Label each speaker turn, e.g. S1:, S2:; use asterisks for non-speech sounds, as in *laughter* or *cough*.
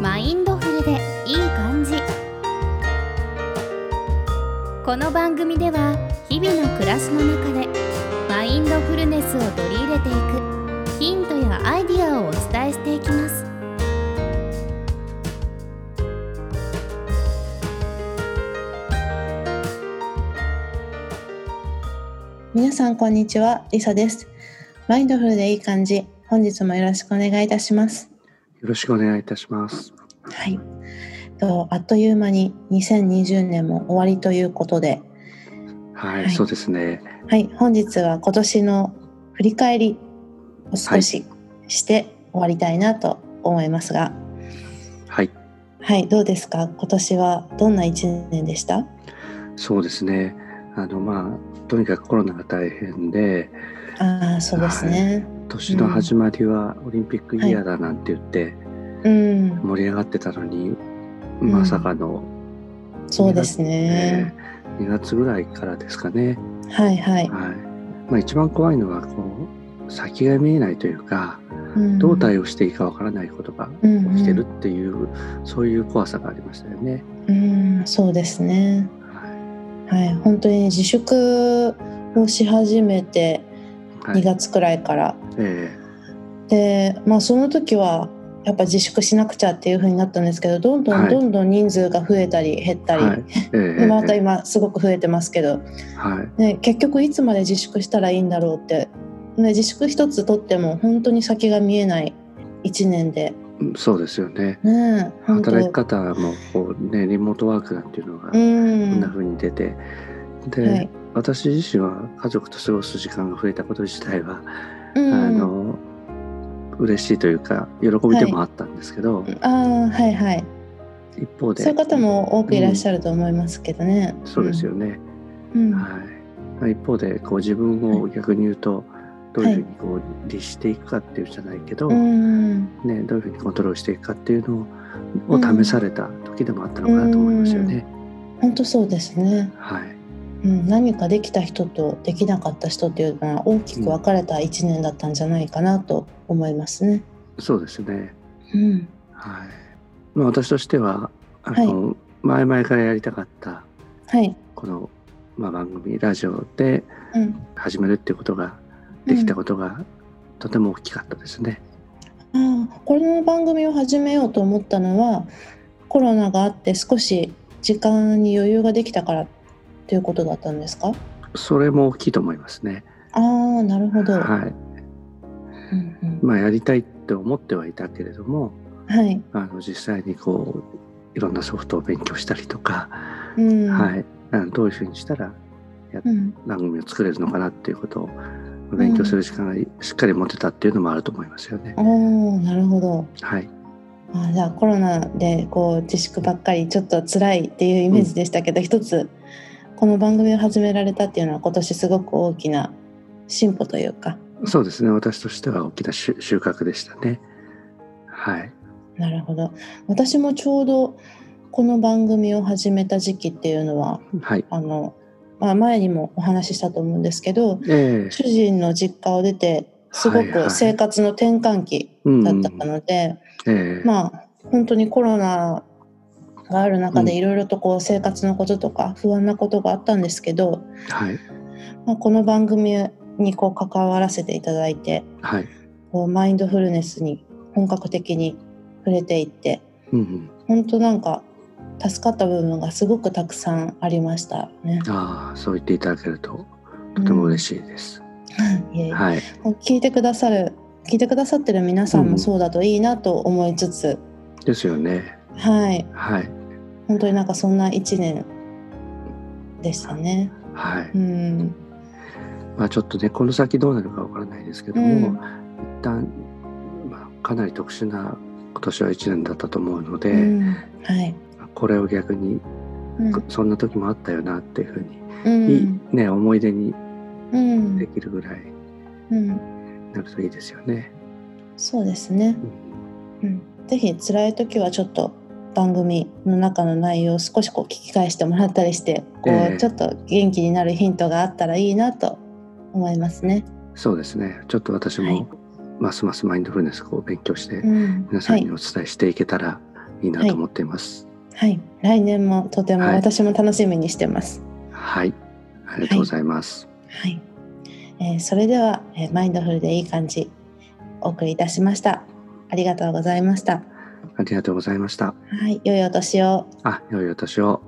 S1: マインドフルでいい感じこの番組では日々の暮らしの中でマインドフルネスを取り入れていくヒントやアイディアをお伝えしていきます
S2: 皆さんこんにちは、りさです。マインドフルでいい感じ、本日もよろしくお願いいたします。
S3: よろしくお願いいたします。
S2: はい。とあっという間に2020年も終わりということで、
S3: は
S2: は
S3: い、
S2: い
S3: そうですね。
S2: はい、本日は今年の振り返りを少しして終わりたいなと思いますが、
S3: はい、
S2: はい、どうですか？今年はどんな一年でした？
S3: そうですね。あのまあとにかくコロナが大変で、
S2: ああ、そうですね。
S3: 年の始まりはオリンピックイヤーだなんて言って
S2: うん、
S3: 盛り上がってたのに、
S2: ん
S3: まさかの、
S2: そうですね。
S3: えー2月ぐらいからですかね。
S2: はいはい。
S3: はい。まあ一番怖いのはこう先が見えないというか、
S2: ん
S3: どう対応していいかわからないことが
S2: うんうん
S3: 起きてるっていう、そういう怖さがありましたよね。
S2: うん、そうですね。
S3: は
S2: はい、本当に自粛をし始めて
S3: い。はい
S2: 2月くらいから、
S3: え
S2: で、まあ、その時はやっぱ自粛しなくちゃっていう風になったんですけどどんど
S3: は
S2: ん
S3: い
S2: どんどん人数が増えたり減っ
S3: え
S2: たり、
S3: はい。ええ
S2: でまた今すごく増えてますけど、
S3: はい。
S2: ね、結局いつまで自粛したらいいんだろうって、ね、自粛一つとっても本当に先が見えない1年で、
S3: うんそうですよね。
S2: ねえ、本当
S3: 働き方もこう、ね、リモートワークなんていうのが
S2: う
S3: こん
S2: ん
S3: な風に出て、で、
S2: はい
S3: 私自身は家族と過ごす時間が増えたこと自体は、
S2: うん
S3: あの嬉しいというか喜びでもあったんですけど、
S2: あーはいはい
S3: 一方で
S2: そういう方も多くいらっしゃると思いますけどね。
S3: そうですよ
S2: ね、
S3: ね、
S2: うん
S3: はいまあ、一方でこう自分を逆に言うと、どういうふうにこう律していくかっていうじゃないけど、
S2: うん
S3: ね、どういうふうにコントロールしていくかっていうのをを試された時でもあったのかなと思いますよね。
S2: 本当そうですね、
S3: はい、
S2: うん、何かできた人とできなかった人っていうのは大きく分かれた1年だったんじゃないかなと思いますね。
S3: そうですね。
S2: うん、
S3: はい。まあ私としてはあの、前々からやりたかった
S2: はい、
S3: このまあ番組ラジオで
S2: うん、
S3: 始めるっていうことができた
S2: こ
S3: ことが、とても大きかったですね。
S2: と、ああこの番組を始めようと思ったのはコロナがあって少し時間に余裕ができたからっていうことだったんですか
S3: それも大きいと思いますね。
S2: ああなるほど、
S3: はい。
S2: うんうん
S3: まあやりたいって思ってはいたけれども、
S2: はい、
S3: あの実際にこういろんなソフトを勉強したりとか、
S2: うん
S3: はい。あのどういうふうにしたら
S2: うん、
S3: 番組を作れるのかなっていうことを勉強する時間がしっかり持てたっていうのもあると思いますよね。
S2: おーなるほど
S3: はい。
S2: あじゃあコロナでこう自粛ばっかりちょっと辛いっていうイメージでしたけど、一つこの番組を始められたっていうのは今年すごく大きな進歩というか
S3: そうですね私としては大きな収収穫でしたねはい
S2: なるほど私もちょうどこの番組を始めた時期っていうのは
S3: はい
S2: あの、まあ、前にもお話ししたと思うんですけど
S3: ええ
S2: 主人の実家を出てすご
S3: はいは
S2: く
S3: い
S2: 生活の転換期
S3: うん
S2: だったので、
S3: ええ
S2: まあ本当にコロナがある中
S3: う
S2: で
S3: ん
S2: いろいろとこう生活のこととか不安なことがあったんですけど、
S3: はい
S2: まあ、この番組にこう関わらせていただいて
S3: はい
S2: こうマインドフルネスに本格的に触れていって
S3: うんうん
S2: 本当なんか助かった部分がすごくたくさんありましたね。
S3: ああそう言っていただけるととても嬉しいです、
S2: *laughs* いえいえ
S3: はい
S2: 聞いてくださる聞いてくださってる皆さんもそうだといいなと思いつつ、
S3: ですよね
S2: はい
S3: はい
S2: 本当になんかそんな1年でしたね。
S3: はい、
S2: うん
S3: まあちょっとねこの先どうなるかわからないですけども、
S2: うん
S3: 一旦、まあ、かなり特殊な今年は1年だったと思うので、
S2: うんはい。
S3: これを逆に、
S2: うん
S3: そんな時もあったよなっていうふうに、
S2: うん
S3: いいね思い出に
S2: うん
S3: できるぐらいに
S2: うん
S3: なるといいですよね、
S2: そうですね。
S3: うん
S2: うん、ぜひ辛い時はちょっと番組の中の内容を少しこう聞き返してもらったりして、こう、
S3: ええ
S2: ちょっと元気になるヒントがあったらいいなと思いますね。
S3: そうですね。ちょっと私も、
S2: はい
S3: ますますマインドフルネスを勉強して、
S2: うん、
S3: 皆さんに
S2: は
S3: お伝えしていけたらいいいなと思っています。
S2: はい、来年もとても
S3: はい
S2: 私も楽しみにしてます。
S3: はい、ありがとうございます。
S2: はい、えーそれでは、えーマインドフルでいい感じお送りいたしました。ありがとうございました。
S3: ありがとうございました。
S2: はい、良いお年を。
S3: あ、良いお年を。